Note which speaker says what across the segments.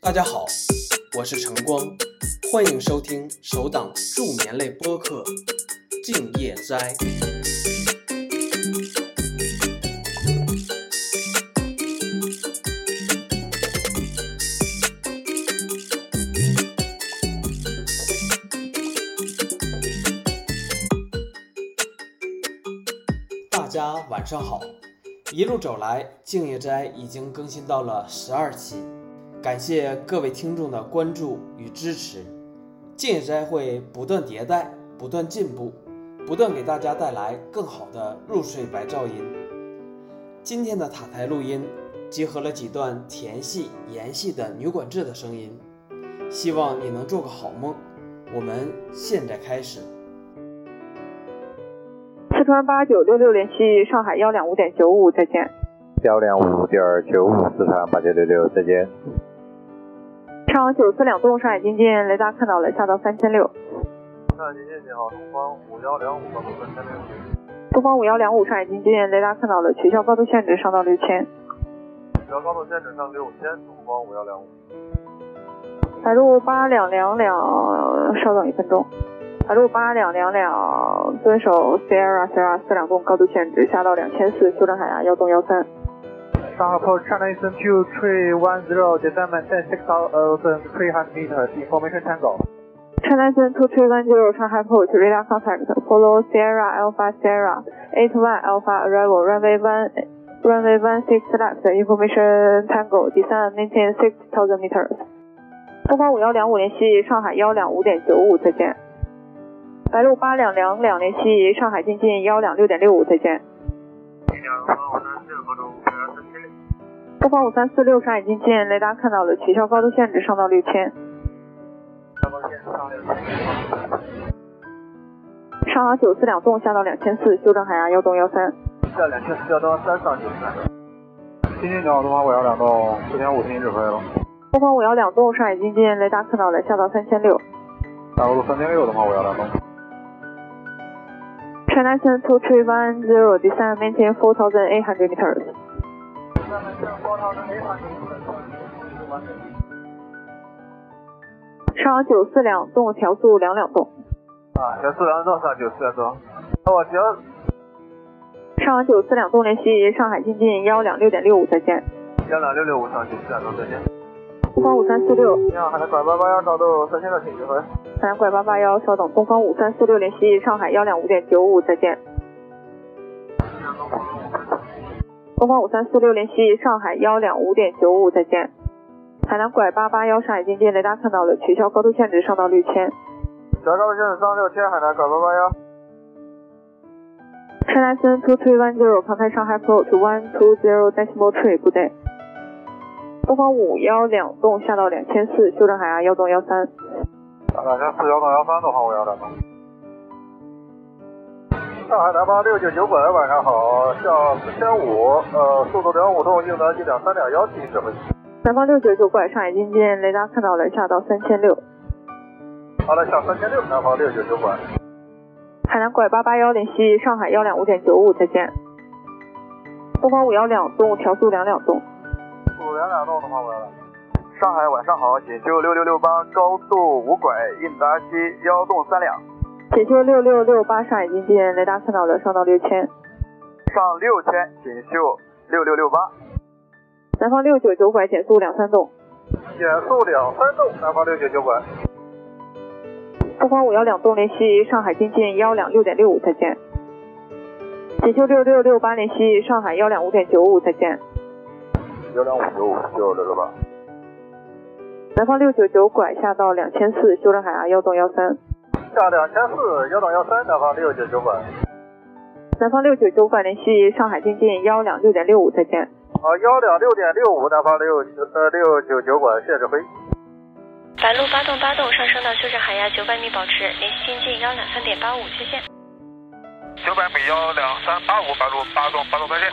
Speaker 1: 大家好，我是晨光，欢迎收听首档助眠类播客《静夜斋》。大家晚上好，一路走来，《静夜斋》已经更新到了十二期。感谢各位听众的关注与支持，静夜斋会不断迭代、不断进步，不断给大家带来更好的入睡白噪音。今天的塔台录音结合了几段甜系、盐系的女管制的声音，希望你能做个好梦。我们现在开始。
Speaker 2: 四川八九六六联系上海幺两五点九五，再见。
Speaker 3: 幺两五点九五四川八九六六，再见。
Speaker 2: 上航九四两栋上海经济雷达看到了，下到三千六。
Speaker 4: 上海经济你好，东方五幺两五到三千六。
Speaker 2: 东方五幺两五上海经济雷达看到了，取消高度限制，上到六千。
Speaker 4: 取消高度限制上六千，东方五幺两五。
Speaker 2: 百度八两两两，稍等一分钟。百度八两两两，遵守 Sierra Sierra 四两栋高度限制，下到两千四，修正海牙幺栋幺三。
Speaker 5: Shanghai Post China Eastern 2310 December 10
Speaker 4: 呃
Speaker 5: 6,300 meters information tango.
Speaker 2: China Eastern 2310 Shanghai Post radar contact follow Sierra Alpha Sierra 81 Alpha arrival runway one runway one six left information tango descend maintain six thousand meters。东方五幺两五联系上海幺两五点九五，再见。白鹭八两两两联系上海进近幺两六点六五，再见。
Speaker 4: 一点东方五三四高度五幺三千六。
Speaker 2: 东方五三四六上海进近雷达看到了，取消高度限制，上到六千。
Speaker 4: 下高线上六千。
Speaker 2: 上航九四两栋下到两千四，修正海牙幺栋幺三。
Speaker 4: 下两千四幺到三上九三。
Speaker 3: 今天你好，东方五幺两栋四点五，听你指挥了。
Speaker 2: 东方五幺两栋上海进近雷达看到了，下到三千六。
Speaker 3: 大高度三千六，东方五幺两栋。
Speaker 2: China Eastern 2310 descend maintain 4,800 meters.
Speaker 4: meters。
Speaker 2: 上航九四两栋调速两两栋。
Speaker 4: 啊，调速两栋上九四两栋。我调。
Speaker 2: 上航九四两栋联系上海进近幺两六点六五，再见。
Speaker 4: 幺两六六五上九四两栋，再见。
Speaker 2: 东方五三四六。
Speaker 4: 你好，海南拐八八幺高度三千六，请指挥。
Speaker 2: 海南拐八八幺，稍等，东方五三四六联系上海幺两五点九五，再见。东方五三四六联系上海幺两五点九五，再见。海南拐八八幺，上海经济雷达看到了，取消高度限制，上到六千。
Speaker 4: 取消高度限制上六千，海南拐八八幺。
Speaker 2: China Eastern two three one zero contact Shanghai Pro to one two zero decimal three good day。东方五幺两栋下到两千四，修正海牙幺栋幺三。
Speaker 4: 两千啊四幺栋幺三，东方五幺两栋。上海南方六九九本，晚上好，向四千五，呃，速度两五栋，应能一两三两幺七指挥。
Speaker 2: 南方六九九拐上海进近雷达看到了，下到三千六。
Speaker 4: 好了，下三千六，南方六九九拐。
Speaker 2: 海南拐八八幺联系上海幺两五点九五，再见。东方五幺两栋调速两两栋。
Speaker 4: 速度两两栋，东方五幺两。上海晚上好，锦绣六六六八高速五拐应答机幺栋三两。
Speaker 2: 锦绣六六六八上海进近雷达看到了，上到六千。
Speaker 4: 上六千，锦绣六六六八。
Speaker 2: 南方六九九拐减速两三栋。
Speaker 4: 减速两三栋，南方六九九拐。
Speaker 2: 东方五幺两栋联系上海进近幺两六点六五，再见。锦绣六六六八联系上海幺两五点九五，再见。
Speaker 3: 幺两五九五六六六八。
Speaker 2: 南方六九九拐下到两千四，修正海牙幺栋幺三。
Speaker 4: 下两千四，幺档幺三，南方六九九啊拐。
Speaker 2: 南方六九九拐联系上海进近幺两六点六五，再见。
Speaker 4: 好，幺两六点六五，南方六呃六九九拐，谢指挥。
Speaker 6: 白鹭八栋八栋上升到修正海压九百米，保持联系进近幺两三点八五，再见。
Speaker 4: 九百米幺两三八五，白鹭八栋八栋再见。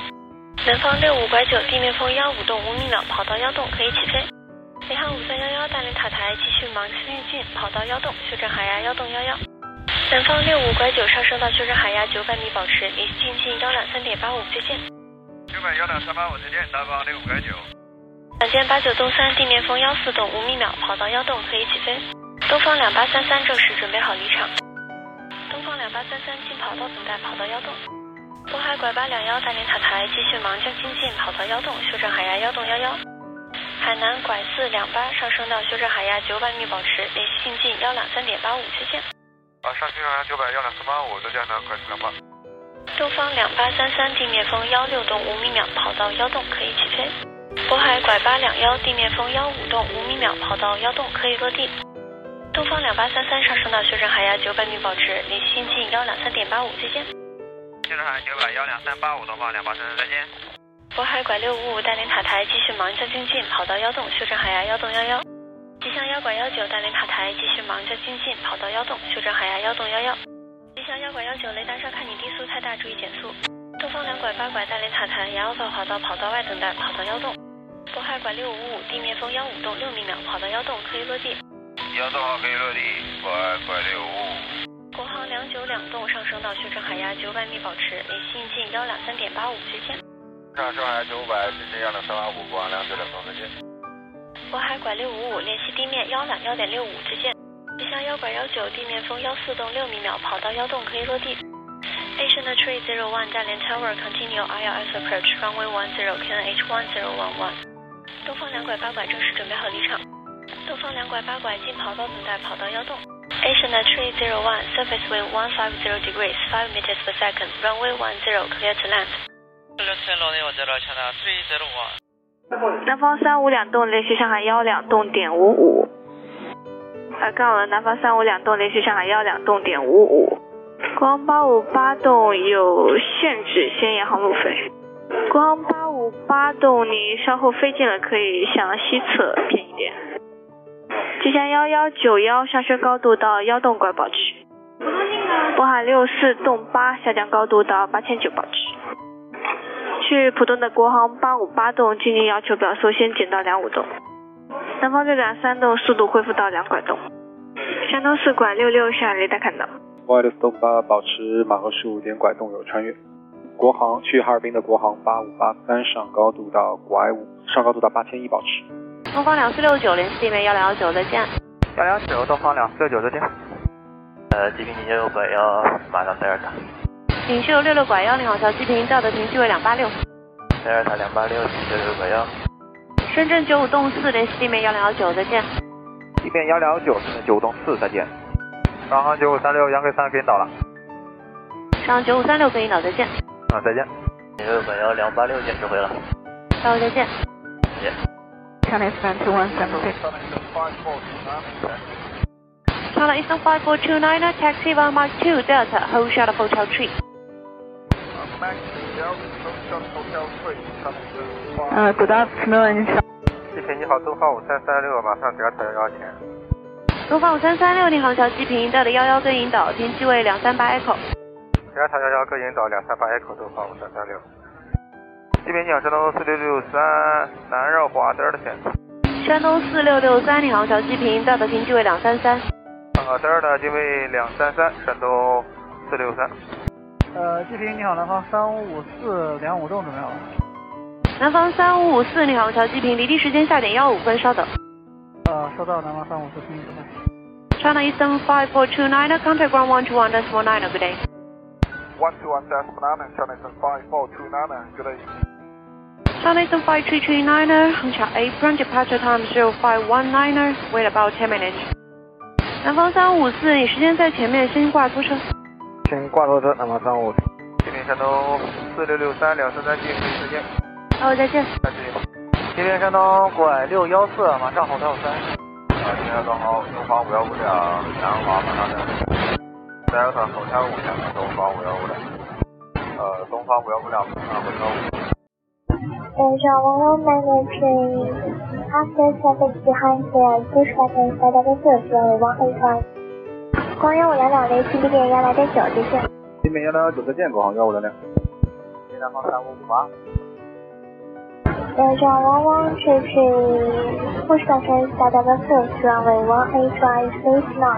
Speaker 6: 南方六五拐九，地面风幺五栋五米秒，跑道幺栋可以起飞。北航五三幺幺大连塔台继续盲区运进，跑道幺栋，修正海压幺栋幺幺。南方六五拐九上升到修正海压九百米，保持离近近幺两三点八五，再见。
Speaker 4: 九百幺两三八五，再见。南方六五拐九。
Speaker 6: 软件八九栋三，地面风幺四栋，五米秒，跑道幺栋可以起飞。东方两八三三正式准备好离场。东方两八三三进跑道等待跑道幺栋。东海拐八两幺大连塔台继续盲降精进跑道幺栋，修正海压幺栋幺幺。海南拐四两八上升到修正海压九百米保持，连续进近幺两三点八五，再见。
Speaker 4: 啊，上行两幺九百幺两四八五，浙江南快四两八。
Speaker 6: 东方两八三三地面风幺六栋五米秒，跑道幺栋可以起飞。渤海拐八两幺地面风幺五栋五米秒，跑道幺栋可以落地。东方两八三三上升到修正海压九百米保持，离新进幺两三点八五，再见。
Speaker 4: 西南海九百幺两三八五，东方两八三三，再见。
Speaker 6: 渤海拐六五五大连塔台继续盲降精进，跑道幺栋修正海压幺栋幺幺。吉祥幺拐幺九大连塔台继续盲降精进，跑道幺栋修正海压幺栋幺幺。吉祥幺拐幺九雷达上看你低速太大，注意减速。东方两拐八拐大连塔台沿 alpha 跑道跑道外等待，跑道幺栋。渤海拐六五五地面风幺五栋六米秒，跑道幺栋可以落地。
Speaker 4: 幺栋号可以落地，渤海拐六五
Speaker 6: 国航两九两栋上升到修正海压九百米保持，离西进幺两三点八五，再见。
Speaker 4: 五，上上海九百，深圳幺两三八五，国航两九两栋，再见。
Speaker 6: 渤海拐六五五联系地面幺两幺点六五，再见。吉祥幺拐幺九地面风幺四栋六米秒，跑道幺栋可以落地。Asian Tree Zero One 大连 Tower Continue ILS Approach Runway One Zero KNH One Zero One One。东方两拐八拐正式准备好离场。东方两拐八拐进跑道等待跑道幺栋。Asian Tree Zero One Surface Wind One Five Zero Degrees Five Meters per Second Runway One Zero Clear to Land。
Speaker 7: 六千六零五 zero China three zero one。
Speaker 8: 南方三五两栋联系上海幺两栋点五五。呃，杠了，南方三五两栋联系上海幺两栋点五五。国航八五八栋有限制，先沿航路飞。国航八五八栋，你稍后飞进了可以向西侧偏一点。吉祥幺幺九幺上升高度到幺栋拐保持。渤海六四栋八下降高度到八千九保持。去浦东的国航八五八栋，进近要求表速先减到两五栋。南方六两三栋速度恢复到两拐栋。山东四拐六六下雷达看到。
Speaker 3: 国外的 Stone 八保持马河十五点拐动有穿越。国航去哈尔滨的国航八五八三上高度到拐五，上高度到八千一保持。
Speaker 9: 东方两四六九联系地面幺零幺九，再见。
Speaker 10: 幺幺九东方两四六九，再见。
Speaker 7: 呃，极品零九拐幺，马上德尔塔，
Speaker 9: 锦绣六六拐幺零好消息，平调的停机位两八六。
Speaker 7: 德尔塔两八六，锦绣六拐幺，
Speaker 9: 深圳九五栋四联系地面幺零幺九，再见。
Speaker 10: 地面幺零幺九，深圳九栋四，再见。
Speaker 4: 长航九五三六，杨贵三给你倒了。
Speaker 9: 上九五三六跟引导，再见。
Speaker 4: 啊，再见。
Speaker 7: 锦绣六拐幺两八六见指挥了，
Speaker 9: 稍后再见。
Speaker 7: 再见。
Speaker 11: China Span 2176.
Speaker 9: China Eastern 5429 taxi one mark two Delta, hold shuttle hotel three.
Speaker 4: 嗯
Speaker 11: Uh, good afternoon.
Speaker 4: 啊谢谢，你好，东方五三三六，马上德尔塔幺幺前。
Speaker 9: 东方五三三六，你好，小机平调的幺幺跟引导，停机位两三八 echo。
Speaker 4: 德尔塔幺幺各引导两三八 Echo 东方五三三六。这边你好，山东四六六三南绕华德尔塔线。
Speaker 9: 山东四六六三，你好，小机平调的停机位两三三。
Speaker 4: 啊，德尔塔定位两三三，山东四六三。
Speaker 3: 呃，季平你好，南方三五五四两五栋准备好了。
Speaker 9: 南方三五五四，你好，小机平，离地时间下点幺五分，稍等。
Speaker 3: 呃，收到，南方三五四听指挥。
Speaker 9: China Eastern 5429, contact ground 121, that's 19, good day.
Speaker 4: One two one seven nine, China five four two nine, good day.
Speaker 9: China Eastern 5339, Hangzhou apron, departure time 0519, wait about 10 minutes. 南方三五四，你时间在前面，先挂拖车。
Speaker 10: 请挂头车，南方三五四。
Speaker 4: 这边山东四六六三两三三进行时间，
Speaker 9: 好，再见。
Speaker 4: 三十六。
Speaker 3: 这边山东拐六幺四，马上红跳三。
Speaker 4: 啊，今天刚好东方五幺五两南华马上的，德尔塔口天五两东方五幺五两，呃，东方五幺五两马上回头。
Speaker 12: There's a one mandatory after traffic behind the two traffic by the two zero one eight one。光幺五两两雷七零点幺来点九，谢谢。
Speaker 10: 地面幺零幺九，再见，国航幺五零零。
Speaker 4: 南方三五五八。
Speaker 12: There's a one one two two push traffic by the two runway one eight one please not。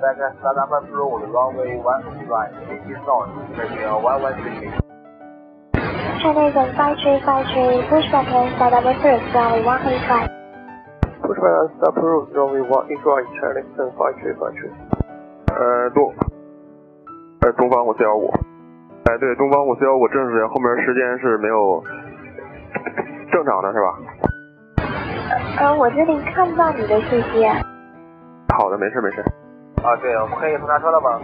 Speaker 4: 大概三三八四路 runway one two right，this is not，这边 one one three。
Speaker 12: Chinese five three five three push button five double six runway one eight five.
Speaker 13: Push button stop approved runway one eight right Chinese five three five three。
Speaker 4: 呃，东，呃，东方五四幺五。哎，对，东方五四幺五正式后面时间是没有正常的，是吧？
Speaker 12: 呃，我这里看不到你的信息。
Speaker 4: 好的，没事没事。
Speaker 3: 啊，对，我们可以不搭车了吗？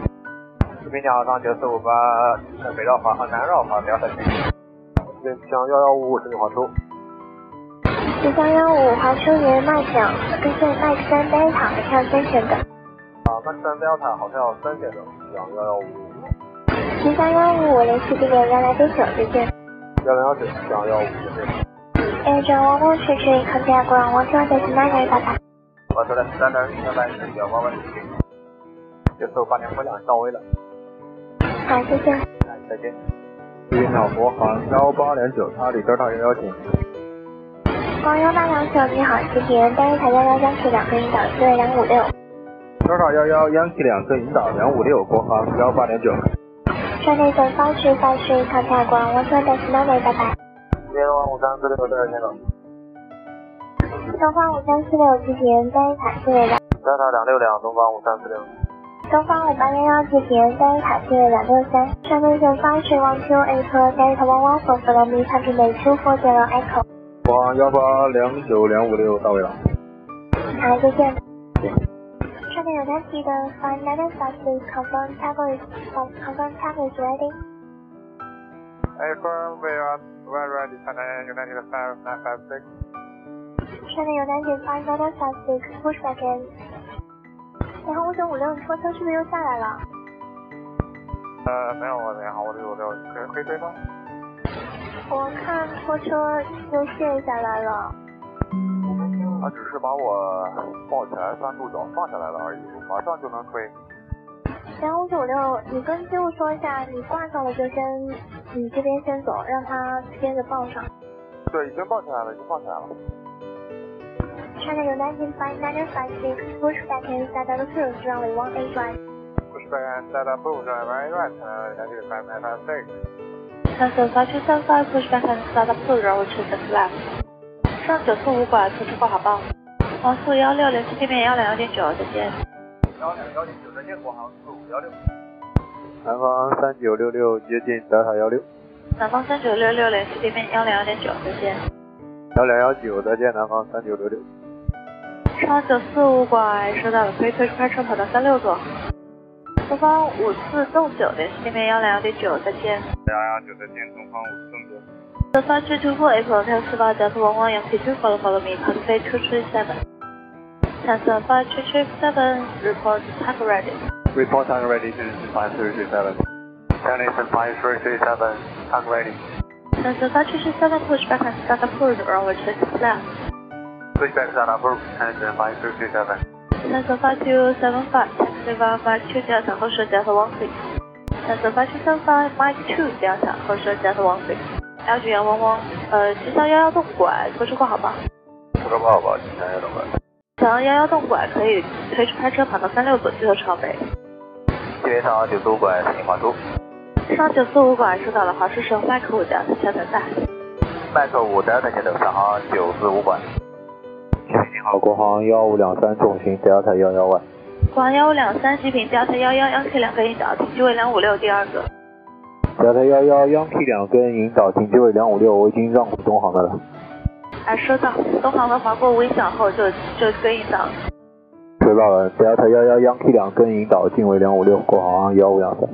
Speaker 3: 四平两上九四五八北绕环和南绕环两小区。
Speaker 13: 面向幺幺五五，这里华州。
Speaker 12: 九三幺五华出年麦奖，跟线 Max 三 Delta 跳三选的。
Speaker 3: 啊，Max 三 Delta 好像要三线的，向幺幺五五。
Speaker 12: 九三幺五五联系地点幺零九九，再见。
Speaker 3: 幺零幺九向幺五五。
Speaker 12: 哎，转弯弯去去，看见过，我希望在其他人打打。
Speaker 3: 我说的是三零幺八四九八八七零，九四五八零我两到位了。
Speaker 12: 好，谢谢。
Speaker 3: 哎，再见。注意鸟国航幺八零九阿里德大幺幺九。
Speaker 12: 光幺八两九，你好，请点单一台幺幺幺七两个引导四两五六。
Speaker 3: 德大幺幺 Yankee 两个引导两五六，国航幺八零九。
Speaker 12: 站内等方式方式，看见过，我希望在其他人打打。
Speaker 3: 零五三四六六，你好。
Speaker 12: 东方五三四六，进行单一塔系列的。
Speaker 3: 三塔两六两，东方五三四六。
Speaker 12: 东方五八幺幺，进行单一塔系列两六三。上面正方是 one two eight delta one one four for the me country day two four zero echo。
Speaker 3: 国航幺八两九两五六，到位了。
Speaker 12: 好，再见。上面有单机的 five nine five three confirm target confirm target ready。
Speaker 4: Affirm we are very ready, China United 5956.
Speaker 12: China United 5956 push back in。然后五九五六，你说车是不是又下来了？
Speaker 4: 呃，没有问题，好，我六六，可以可以对吗？
Speaker 12: 我看拖车又卸下来了。
Speaker 4: 他只是把我抱起来翻住脚放下来了而已，马上就能推。
Speaker 12: 然后五九六，你跟机务说一下，你挂上了就先，你这边先走，让他接着报上。
Speaker 4: 对，已经抱起来了，已经抱起来了。
Speaker 12: China United 5956 push back in set up cruise runway 181.
Speaker 4: Push back and set up cruise runway right, China United 5956.
Speaker 9: Cancel 5235 push back and set up cruise runway 26 left。上九四五拐测试挂好报。黄速幺六零七地面幺两幺点九，再见。
Speaker 3: 幺两幺点九，再见，国航四五幺六。
Speaker 5: 嗯南方三九六六接近德塔幺六。
Speaker 9: 南方三九六六零七地面幺两幺点九，再见。
Speaker 5: 幺两幺九，再见，南方三九六六。
Speaker 9: 上九四五拐收到了，可以推出开车跑到三六左。东方五四栋九联系地面幺两幺点九，再见。
Speaker 4: 幺幺九再见，东方五四栋九。
Speaker 9: The five three two four April ten 四八加 one one 阳 P two follow follow me p a s s a two three seven。Cancel five three three seven report tag ready。
Speaker 5: Report target ready to five three three seven. Destination five three three seven target ready.
Speaker 9: Cancel five three three seven push back and start approach runway six left。
Speaker 5: Push back start approach destination five three three seven.
Speaker 9: Cancel five two seven five taxi one five two delta 后射 delta one six。Cancel five two seven five Mike two delta 后射 delta one six。L 九幺汪汪，呃，吉祥幺幺洞拐，拖车挂好吧？
Speaker 4: 不说不好吧，现在有点晚。
Speaker 9: 想幺幺洞拐可以推出开车跑到三六左，记得朝北。
Speaker 4: 这边上九四五拐，请华州。
Speaker 9: 上九四五拐收到了华师省麦克五家的下等待。
Speaker 4: 麦克五德，再见，上航九四五拐。
Speaker 5: 哎你好，国航幺五两三重型 Delta 幺幺 Y。
Speaker 9: 国航幺五两三极品 Delta 幺幺幺 K 两个引导，停机位两五六第二个。
Speaker 5: Delta 幺幺幺 P 两根引导，停机位两五六，我已经让给东航的了。
Speaker 9: 哎，收到，东航的划过无影响后就就跟引导。
Speaker 5: 收到了，Delta 幺幺幺 P 两根引导，进位两五六，国航幺五两三。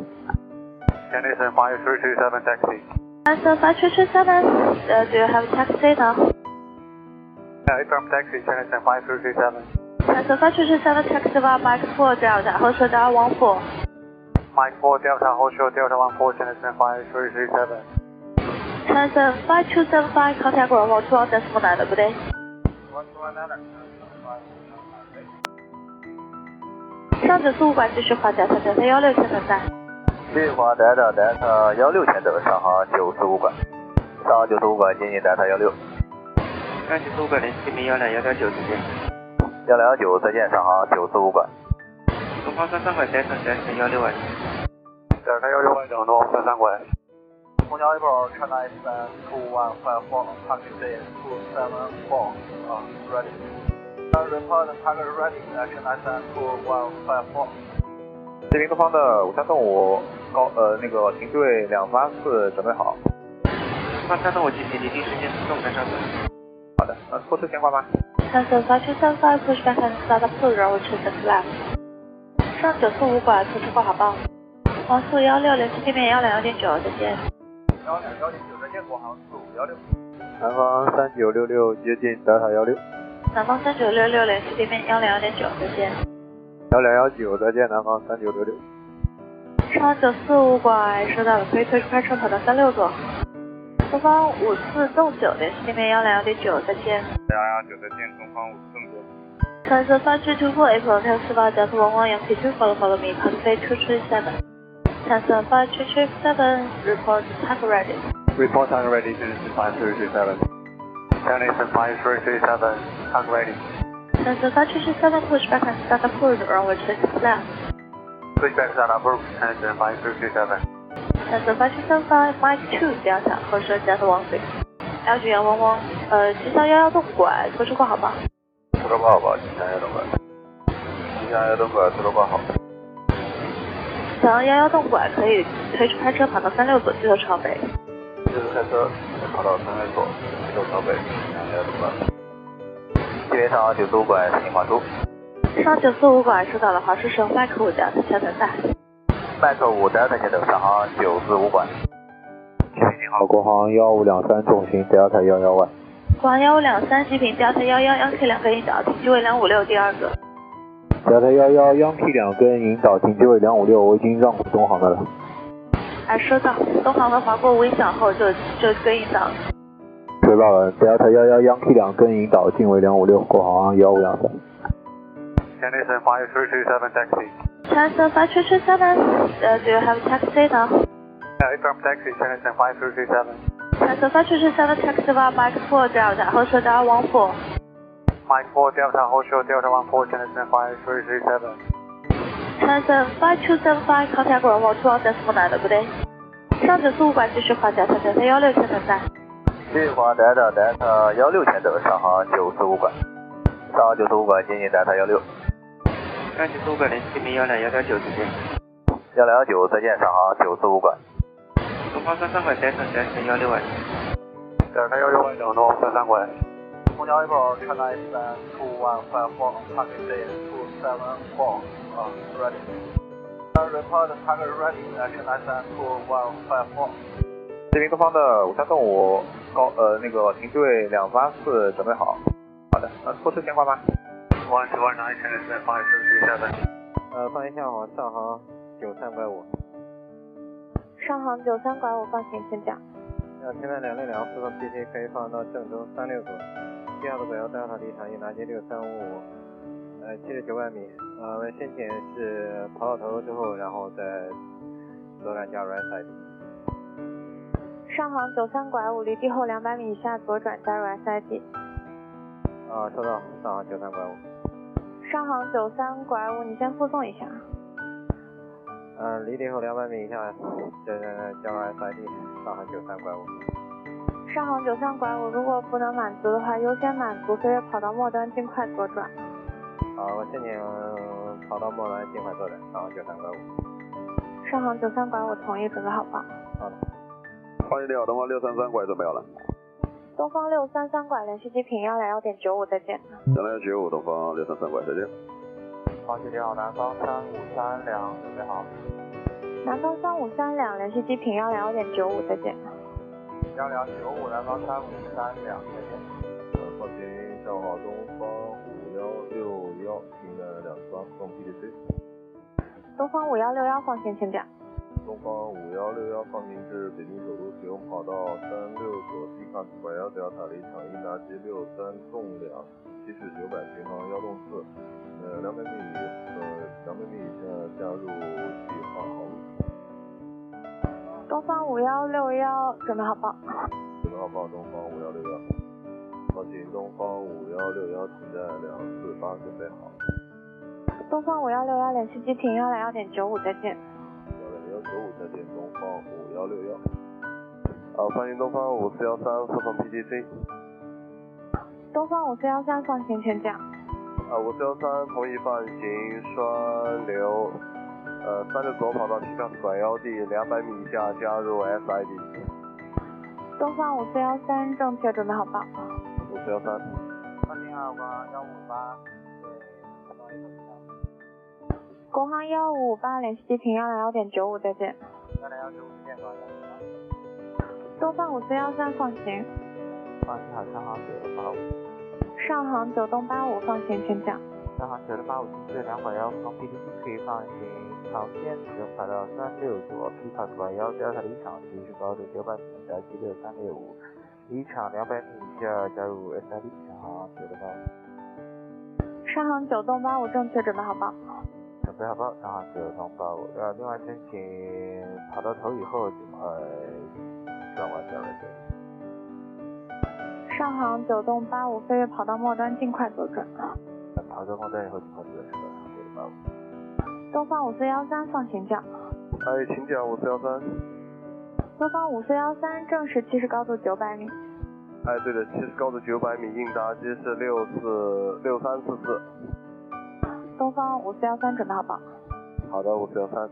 Speaker 4: Destination five three three seven taxi.
Speaker 9: Answer five three three seven. Uh, do you have taxi now?
Speaker 4: Yeah, from taxi. Destination five three three seven.
Speaker 9: Answer five three three seven taxi one Mike four Delta 后收到 one four。
Speaker 4: Mike four Delta Hotel Delta one four Destination five three three seven.
Speaker 9: Answer five two seven five contact ground one two one decimal nine. Good day.
Speaker 4: One two one nine.
Speaker 9: 上九四五拐继续滑甲，下九三幺六千等待。
Speaker 4: 新华 Delta Delta 幺六前走，上航九四五拐。上航九四五拐接近 Delta 幺六。
Speaker 14: 上九四五拐联系地面幺两幺点九，再见。
Speaker 4: 幺零幺九再见，上航九四五拐。
Speaker 14: 东方三三拐，先生，先生幺六 Y。
Speaker 4: Delta 幺六 Y 整东三三拐。
Speaker 3: Hong Kong April, China Eastern 2154, Packet Day 274, uh, ready. Uh, report the target ready, uh, China Eastern 2154.
Speaker 4: 吉林东方的五三动五高呃那个停队两发四准备好。
Speaker 14: 那三动五进行离地时间自动跟上的。
Speaker 4: 好的，呃，拖车悬挂吗？
Speaker 9: 上九发去三发 push back and start up to roll to the flag。上九四五拐拖车挂好报。黄速幺六零七地面幺两幺点九，再见。
Speaker 3: 幺两幺点九，再见，国航四五幺六。
Speaker 13: 南方三九六六接近德尔塔幺六。
Speaker 9: 南方三九六六零七地面幺两幺点九，再见。
Speaker 13: 幺两幺九，再见，南方三九六六。
Speaker 9: 上九四五拐收到了，可以推出开车跑道三六左。东方五四栋九联系地面幺两幺点九，再见。
Speaker 4: 幺幺九，再见，东方五四栋九。
Speaker 9: 三四八区突破 April 六四八交通往往阳皮区 follow follow me，跑飞出去下门。Tanzan 5337, report tag ready.
Speaker 13: Report tag ready to 5337. Tanzan 5337, tag ready.
Speaker 9: Tanzan 5337, push back and start approach runway 6 left.
Speaker 13: Push back, start approach, Tanzan 5337.
Speaker 9: Tanzan 5335, Mike 2 Delta, 后车 Delta 16. LG 杨汪汪，呃，七三幺幺动拐，拖车挂好吧？
Speaker 4: 拖车挂好吧，七三幺动拐。七三幺动拐，拖车挂好。
Speaker 9: 想幺幺洞拐可以推出开车跑到三六左，记得朝北。
Speaker 4: 记得开车跑到三六左，记得朝北。幺幺洞拐。这边上九四五拐，请华出。
Speaker 9: 上九四五拐收到了，华师城麦克五家，请等待。
Speaker 4: 麦克五家，请等上航九四五拐。
Speaker 13: 你好，国航幺五两三重型 Delta 幺幺 Y。
Speaker 9: 国航幺五两三极品 Delta 幺幺幺 K 两个引导，停机位两五六第二个。
Speaker 13: 小台幺幺央 P 两根引导停机位两五六，我已经让给东航的了。
Speaker 9: 哎，收到，东航的划过无影响后就就跟引导。
Speaker 13: 收到了，小台幺幺央 P 两根引导进位两五六，国航幺五两三。
Speaker 4: Canadian five three two seven taxi.
Speaker 9: Canadian five three two seven. Do you have taxi now?
Speaker 4: Yeah, from taxi Canadian five three two seven.
Speaker 9: Canadian five three two seven taxi one Mike four Delta 后车 Delta one four.
Speaker 4: Mike 4 Delta Hotel Delta 14 Tanzan 5337.
Speaker 9: Tanzan 5275 contact runway 12 decimal 9 good day. 上九四五拐继续滑甲，前程幺六千等待。
Speaker 4: 继续滑 Delta Delta 幺六千等，上航九四五拐。上航九四五拐接近 Delta 幺六。
Speaker 14: 上九四五拐联系地面幺两幺幺九，再见。
Speaker 4: 幺两幺九再见，上航九四五拐。
Speaker 14: 东方三三拐 Delta Delta 幺六拐。
Speaker 4: Delta 幺六拐等东三三拐。
Speaker 3: 公交一号车来三 two one five four package day two seven four 啊 ready。呃，report target ready，呃，车来三 two one five four。
Speaker 4: 吉林东方的五三动五高呃那个停队两八四准备好。好的，呃，拖车悬挂吗
Speaker 3: ？One two one nine China Eastern five three three seven。
Speaker 13: 呃，放心向往上航九三拐五。
Speaker 9: 上航九三拐五放行请讲。
Speaker 13: 呃，前面两六两四和 PT 可以放到郑州三六左。第二个北幺三号离场一拿接六三五五，呃，七十九万米，呃，我们先前是跑到头之后，然后再左转加 right
Speaker 9: side。上航九三拐五，离地后两百米以下左转加入 SID。
Speaker 13: 啊，收到，上航九三拐五。
Speaker 9: 上航九三拐五，你先附送一下。
Speaker 13: 嗯、呃，离地后两百米以下，再加入 SID，上航九三拐五。
Speaker 9: 上航九三拐五，如果不能满足的话，优先满足，飞越跑道末端，尽快左转。
Speaker 13: 好，我申请跑道末端尽快左转，上航九三拐五。
Speaker 9: 上航九三拐五同意，准备好报。
Speaker 13: 好的。
Speaker 4: 欢迎你好，东方六三三拐准备好了。
Speaker 9: 东方六三三拐联系机坪幺两幺点九五，再见。
Speaker 4: 幺两幺九五，东方六三三拐再见。
Speaker 3: 好，你
Speaker 13: 啊
Speaker 3: 好，南方三五三两，准备好。
Speaker 9: 南方三五三两联系机坪幺两幺点九五，再见。
Speaker 3: 幺两九五南方三五三两，
Speaker 4: 报警上好东方五幺六幺停在两双送 PDC。
Speaker 9: 东方五幺六幺放行，请讲。
Speaker 4: 东方五幺六幺放行至北京首都，使用跑道三六左西卡拐幺德尔塔离场一达机六三纵两七十九百平方幺栋四，呃两百米呃两百米以下加入计划航路。
Speaker 9: 东方五幺六幺，准备好报。
Speaker 4: 准备好报，东方五幺六幺。报警，东方五幺六幺停在两四八，准备好。
Speaker 9: 东方五幺六幺，联系机坪幺零幺点九五，再见。
Speaker 4: 幺零幺九五，再见，东方五幺六幺。
Speaker 15: 呃，放行东方五四幺三四凤 PTC。
Speaker 16: 东方五四幺三放行劝降。
Speaker 15: 呃，五四幺三同意放行双流，呃，三六左跑道 pickup 拐幺 D 两百米以下加入 SID。
Speaker 16: 东方五四幺三正确，准备好报。
Speaker 15: 五四幺三。
Speaker 3: 放行二八幺五八，对，到一个
Speaker 16: 国航幺五五八联系地平幺零幺点九五，再见。
Speaker 3: 幺零幺九五见过，幺零幺。
Speaker 16: 东方五四幺三放行，
Speaker 4: 放行好，上航九六八五，
Speaker 16: 上航九栋八五放行劝降。
Speaker 4: 上航九六八五进最两拐幺从 B T C 可以放行航线使用跑道三六左 P 卡拐幺德尔塔离场提示高度九百米达七六三六五，离场两百米以下加入 S I D 上航九六八五。
Speaker 16: 上航九栋八五正确，准备好报。
Speaker 4: 准备好报，上航九栋八五。呃，另外申请跑到头以后呃。上完再来
Speaker 16: 上航九栋八五飞越跑道末端，尽快左转。
Speaker 4: 跑道末端以后尽快左转，上九八五。
Speaker 16: 东方五四幺三放行降。
Speaker 15: 哎，请讲五四幺三。
Speaker 16: 东方五四幺三正时起始高度九百米。
Speaker 15: 哎，对的，起始高度九百米，应答机是六四六三四四。
Speaker 16: 东方五四幺三准备好报。
Speaker 15: 好的，五四幺三。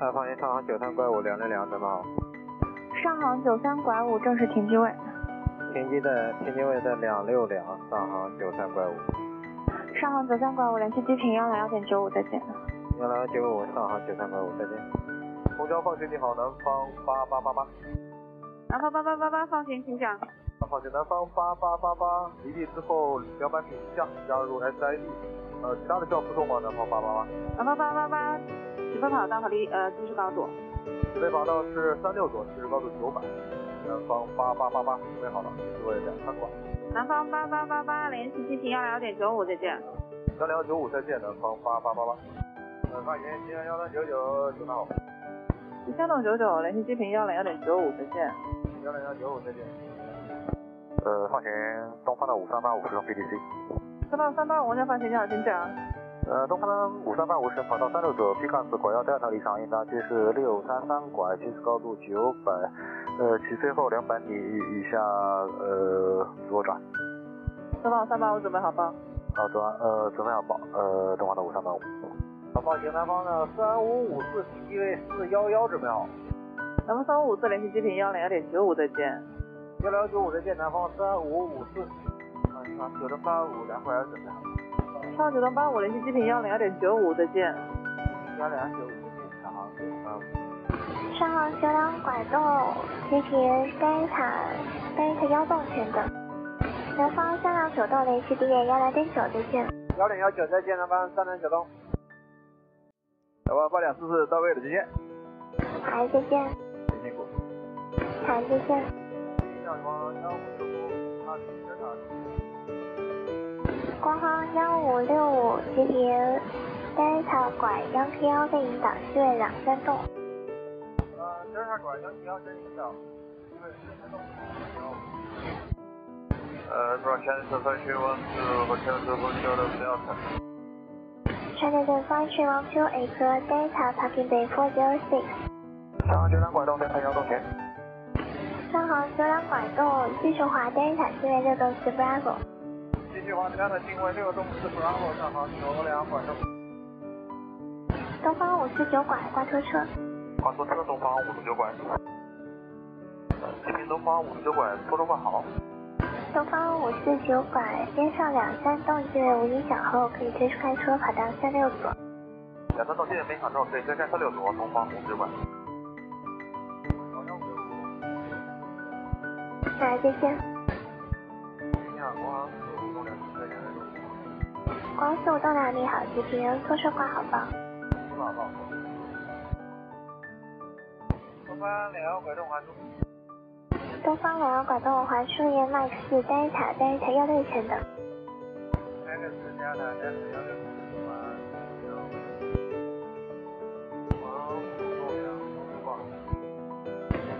Speaker 13: 哎，放行上航九三拐五两六两，准备好。
Speaker 16: 上航九三拐五正式停机位，
Speaker 13: 停机在停机位在两六两，上航九三拐
Speaker 16: 五。上航九三拐五联系机坪幺零幺点九五，再见。
Speaker 13: 幺零幺九五，上航九三拐五，再见。
Speaker 15: 公交放行你好，南方八八八八。
Speaker 16: 南方八八八八放行，请讲。
Speaker 15: 放行南方八八八八，离地之后两百米以下加入 SID，呃，其他的需要扶送吗？南方八八八。
Speaker 2: 南方八八八，起飞跑道和离呃机时高度。
Speaker 15: 准备跑道是三六左，起始高度九百。南方八八八八，准备好了，各位两三管。
Speaker 2: 南方八八八八，联系机坪幺零幺点九五，再见。
Speaker 15: 幺零幺九五，再见。南方八八八八。呃，发言机幺三九九，九三好。
Speaker 2: 山东九九，联系机坪幺零幺点九五，再见。
Speaker 15: 幺零幺九五，再见。
Speaker 17: 呃，放行东方的五三八五使用 BTC。
Speaker 2: 东方三八五，向放行你好，请讲。
Speaker 17: 呃，东方的五三八五是跑道三六左，P 杠子拐幺 delta 离场，应答机是六三三拐，起始高度九百，呃，起飞后两百米以下，呃，左转。
Speaker 2: 东方三八五准备好报。
Speaker 17: 好转，呃，准备好报，呃，东方的五三八五。
Speaker 3: 好，报警南方的三五五四停机位四幺幺准备好。
Speaker 2: 南方三五五四联系机坪幺零幺点九五，再见。
Speaker 3: 幺零幺九五再见，南方三五五四。
Speaker 4: 啊，九零八五，两会儿准备好。
Speaker 2: 上九零八五联系机坪幺零幺点九五，再见。
Speaker 4: 幺零幺九五，上航九零八五。
Speaker 12: 上航九两拐动，机坪该塔该塔幺洞前等。南方三两九洞联系地点幺零点九，再见。
Speaker 3: 幺零幺九再见，南方三两九洞。
Speaker 15: 好吧，八点四四到位了，再见。
Speaker 12: 好，再见。
Speaker 15: 辛苦。
Speaker 12: 好，再见。
Speaker 3: 小光幺五九五，阿里德塔。
Speaker 12: 国航幺五六五吉平德塔拐幺七幺在引导西位两三栋。
Speaker 3: 呃，德塔拐幺七幺在引导西位三栋。
Speaker 15: 呃，Broadcast Function One Two Hotel Hotel Delta。
Speaker 12: China Function One Two Acre Delta Parking Bay Four Zero Six。
Speaker 17: 上航九两拐动，Delta 幺洞前。
Speaker 12: 上航九两拐动，继续华 Delta 西位六栋 Bravo。
Speaker 3: 继续华南的定位六栋四 Bravo 上航九两管动。
Speaker 12: 东方五四九拐挂拖车。
Speaker 17: 挂拖车，东方五四九拐。这边东方五四九拐，拖车挂好。
Speaker 12: 东方五四九拐边上两三栋机位无影响后，可以推出开车跑道三六左。
Speaker 17: 两三栋机位没响之后，可以推开三六左，东方五四九拐。
Speaker 12: 来，再见。光速动量你好，机坪拖车挂好报。
Speaker 15: 挂好报。
Speaker 3: 东方两幺拐动华
Speaker 12: 珠。东方两幺拐动华珠叶 MAX 四 Delta Delta 幺六前等。
Speaker 3: X 加大 S 幺六华珠。光速动量挂。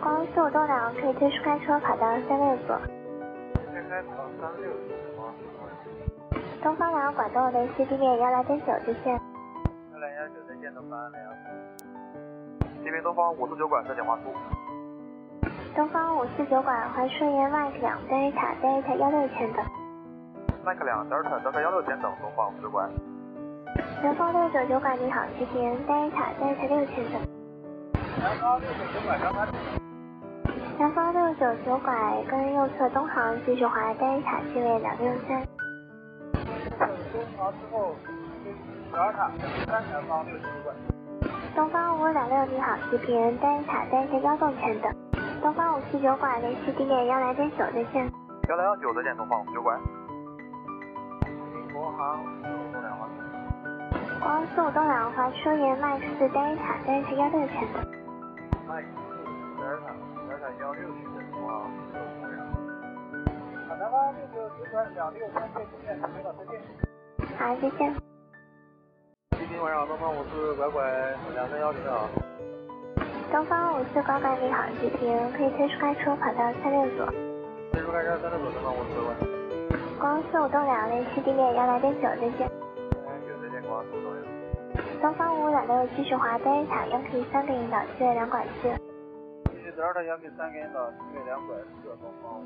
Speaker 12: 光速动量可以推出开车跑道三六左。
Speaker 3: 开跑三六
Speaker 12: 东方两管道联系地面幺零点九支线。
Speaker 3: 幺零幺九再见，东方两。
Speaker 15: 这边东方五四九管，再见华苏。
Speaker 12: 东方五四九馆环顺延 Mike 两 Delta Delta 幺六前等。
Speaker 3: Mike 两 Delta Delta 幺六前等，东方五四馆。
Speaker 12: 南方六九九馆你好，吉田 Delta Delta 六前等。
Speaker 18: 南方六九九馆刚刚。
Speaker 12: 南方六九九拐跟右侧东航继续滑 Delta 机位两六三。
Speaker 18: 东航之后，十二塔三南方六九九馆。
Speaker 12: 东方五两六你好，吉田 Delta Delta 幺洞前等。东方五七九馆联系地点幺来点九再见。
Speaker 3: 幺零幺九再见，东方五九馆。
Speaker 18: 国航五东两环。
Speaker 12: 光速东两环车沿 Max 四 Delta Delta 幺六前等。
Speaker 18: Max 四 Delta Delta 幺六去的国航六东两环。好，南方六九九馆两六三线地面停到再见。
Speaker 12: 好，再见。
Speaker 3: 今天晚上东方五四拐拐两三幺零啊。
Speaker 12: 东方五四拐拐你好，吉平，可以推出该车跑到三六左。
Speaker 3: 推出该车三六左，东方五四拐拐。
Speaker 12: 光速东两联系地点幺来点九再见。
Speaker 3: 再见，光速东两。
Speaker 12: 东方五两六继续滑 Delta 幺 K 三个引导七位两拐四。
Speaker 3: 继续 Delta 幺 K 三个引导七位两拐四，东方五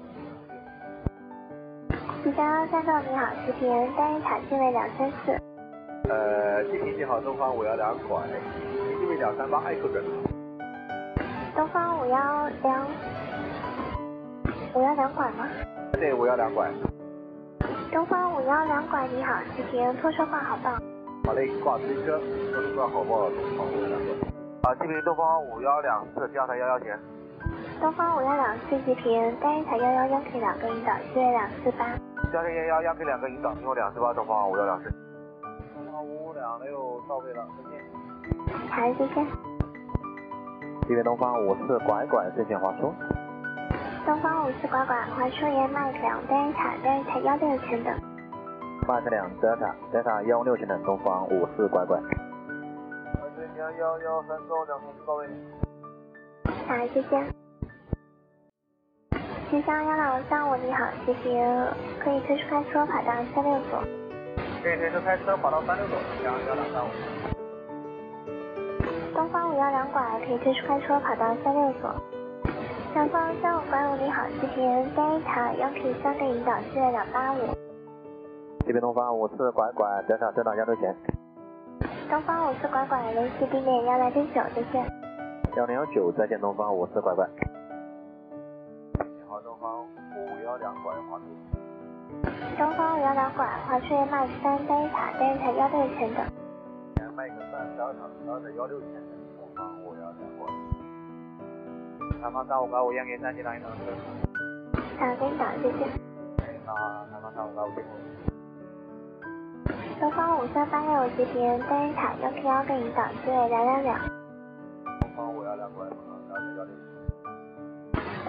Speaker 3: 四。
Speaker 12: 吉祥幺三六你好，吉平，Delta 机位两三四。
Speaker 3: 呃，今天你好，东方五幺两拐，因为两三八爱扣准。
Speaker 12: 东方五幺两五幺两拐吗？
Speaker 3: 对，五幺两拐。
Speaker 12: 东方五幺两拐你好，吉平，拖车挂好棒。
Speaker 3: 好嘞，挂推车，说出挂好不好？东方五幺两拐。啊，这边东方五幺两四加台幺幺前。
Speaker 12: 东方五幺两四吉平，Delta 幺幺幺 K 两个引导七位两四八。
Speaker 3: 加台幺幺幺 K 两个引导，听我两四八，东方五幺两四。东方五五两六到位了，再见。
Speaker 12: 好，再见。
Speaker 4: 这边东方五四拐拐，再见华叔。
Speaker 12: 东方五四拐拐，环顺延 Mike 两 Delta Delta 幺六前等。
Speaker 4: 马克两 Delta Delta 幺六前等，东方五四拐拐。
Speaker 3: 环顺幺幺幺三高两通到位。
Speaker 12: 好，再见。吉祥幺六三五你好，吉平，可以推出开车跑道三六左。
Speaker 18: 这边是开车跑到三六左，两幺两三五。
Speaker 12: 东方五幺两拐可以推出开车跑道三六左。南方三五拐五你好，吉平，Delta 幺 K 三个引导四位两八五。
Speaker 4: 这边东方五四拐拐，Delta Delta 幺六前。
Speaker 12: 东方五四拐拐联系地点幺来点九再见。
Speaker 4: 幺零幺九再见，东方五四拐拐。
Speaker 3: 你好，东方五幺两拐华叔。
Speaker 12: 东方五幺两拐，华顺 Max 三 Delta Delta 幺六前等。
Speaker 3: 前麦克三小厂，然后幺六前等，东方五幺两拐。
Speaker 19: 南方三五八五烟给三七零一等四。
Speaker 12: 好，给你导谢谢。
Speaker 19: 哎，那南方三五八五进入。
Speaker 12: 东方五三八六吉平，Delta 幺 K 幺个引导四位两两两。
Speaker 3: 东方五幺两拐，然后幺六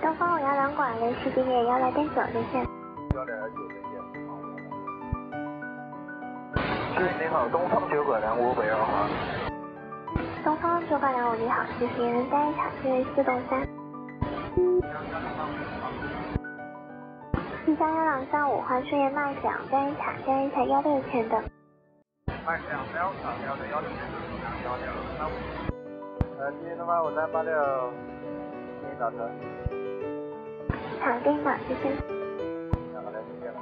Speaker 12: 东方五幺两拐联系地点幺来点九再见。
Speaker 3: 幺零幺九再见，东方五幺两拐。
Speaker 18: 这边你好，东方九拐两五北二环。
Speaker 12: 东方九八两五你好，吉平，Delta 四位四栋三。七三幺两三五环顺延 Max 两 Delta Delta 幺六前等。
Speaker 18: 麦克两 Delta 幺六幺六两幺两三五。
Speaker 3: 呃，今天东方五三八六，给你打车，
Speaker 12: 好，给你导谢谢。
Speaker 3: 那好嘞，再见了。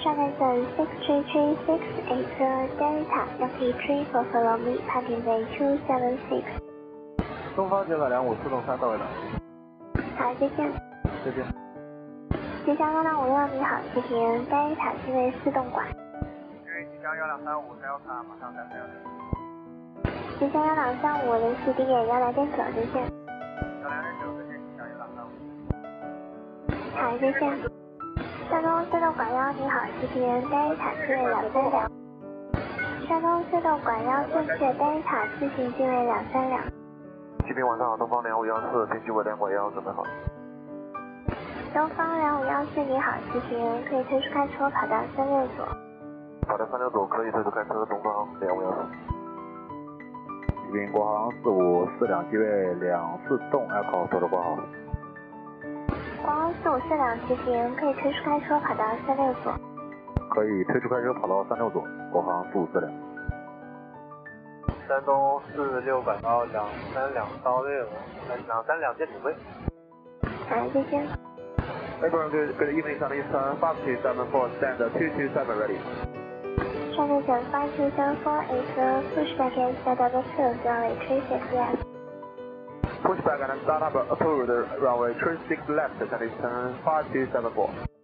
Speaker 12: 上面等 six three three six eight zero Delta 幺 K three for follow me parking bay two seven six。
Speaker 3: 东方九拐两五四栋三到位了，
Speaker 12: 好，再见。
Speaker 3: 再见。
Speaker 12: 吉祥幺六五六你好，吉平，Delta 机位四栋馆。
Speaker 18: 这边吉祥幺两三五 Delta 马上在三六。
Speaker 12: 吉祥幺两三五联系地点幺来点九再见。
Speaker 18: 幺零零九再见，吉祥幺两三五。
Speaker 12: 好，再见。山东四六管幺你好，吉平，Delta 机位两三两。山东四六管幺正确，Delta 自行机位两三两。
Speaker 3: 这边晚上好，东方两五幺四，天气为两拐幺，准备好。
Speaker 12: 东方两五幺四你好，吉平，可以推出开车跑道三六左。
Speaker 3: 跑到三六左可以退出开车，东方两五幺四。
Speaker 4: 这边国航四五四两机位两四栋 Echo 左的挂号。
Speaker 12: 光速四两吉平，可以推出开车跑道三六左。
Speaker 4: 可以退出开车跑道三六左，国航四五四两。
Speaker 3: 山东四六拐到两三两到位了，两三两见指挥。
Speaker 12: 好，谢谢。
Speaker 3: Everyone, good, good evening, Chinese uh, 5274, stand 227 ready.
Speaker 12: China 52748, pushback and set up two, runway 36 left.
Speaker 3: Pushback and start up approved, runway 36 left, Chinese 5274.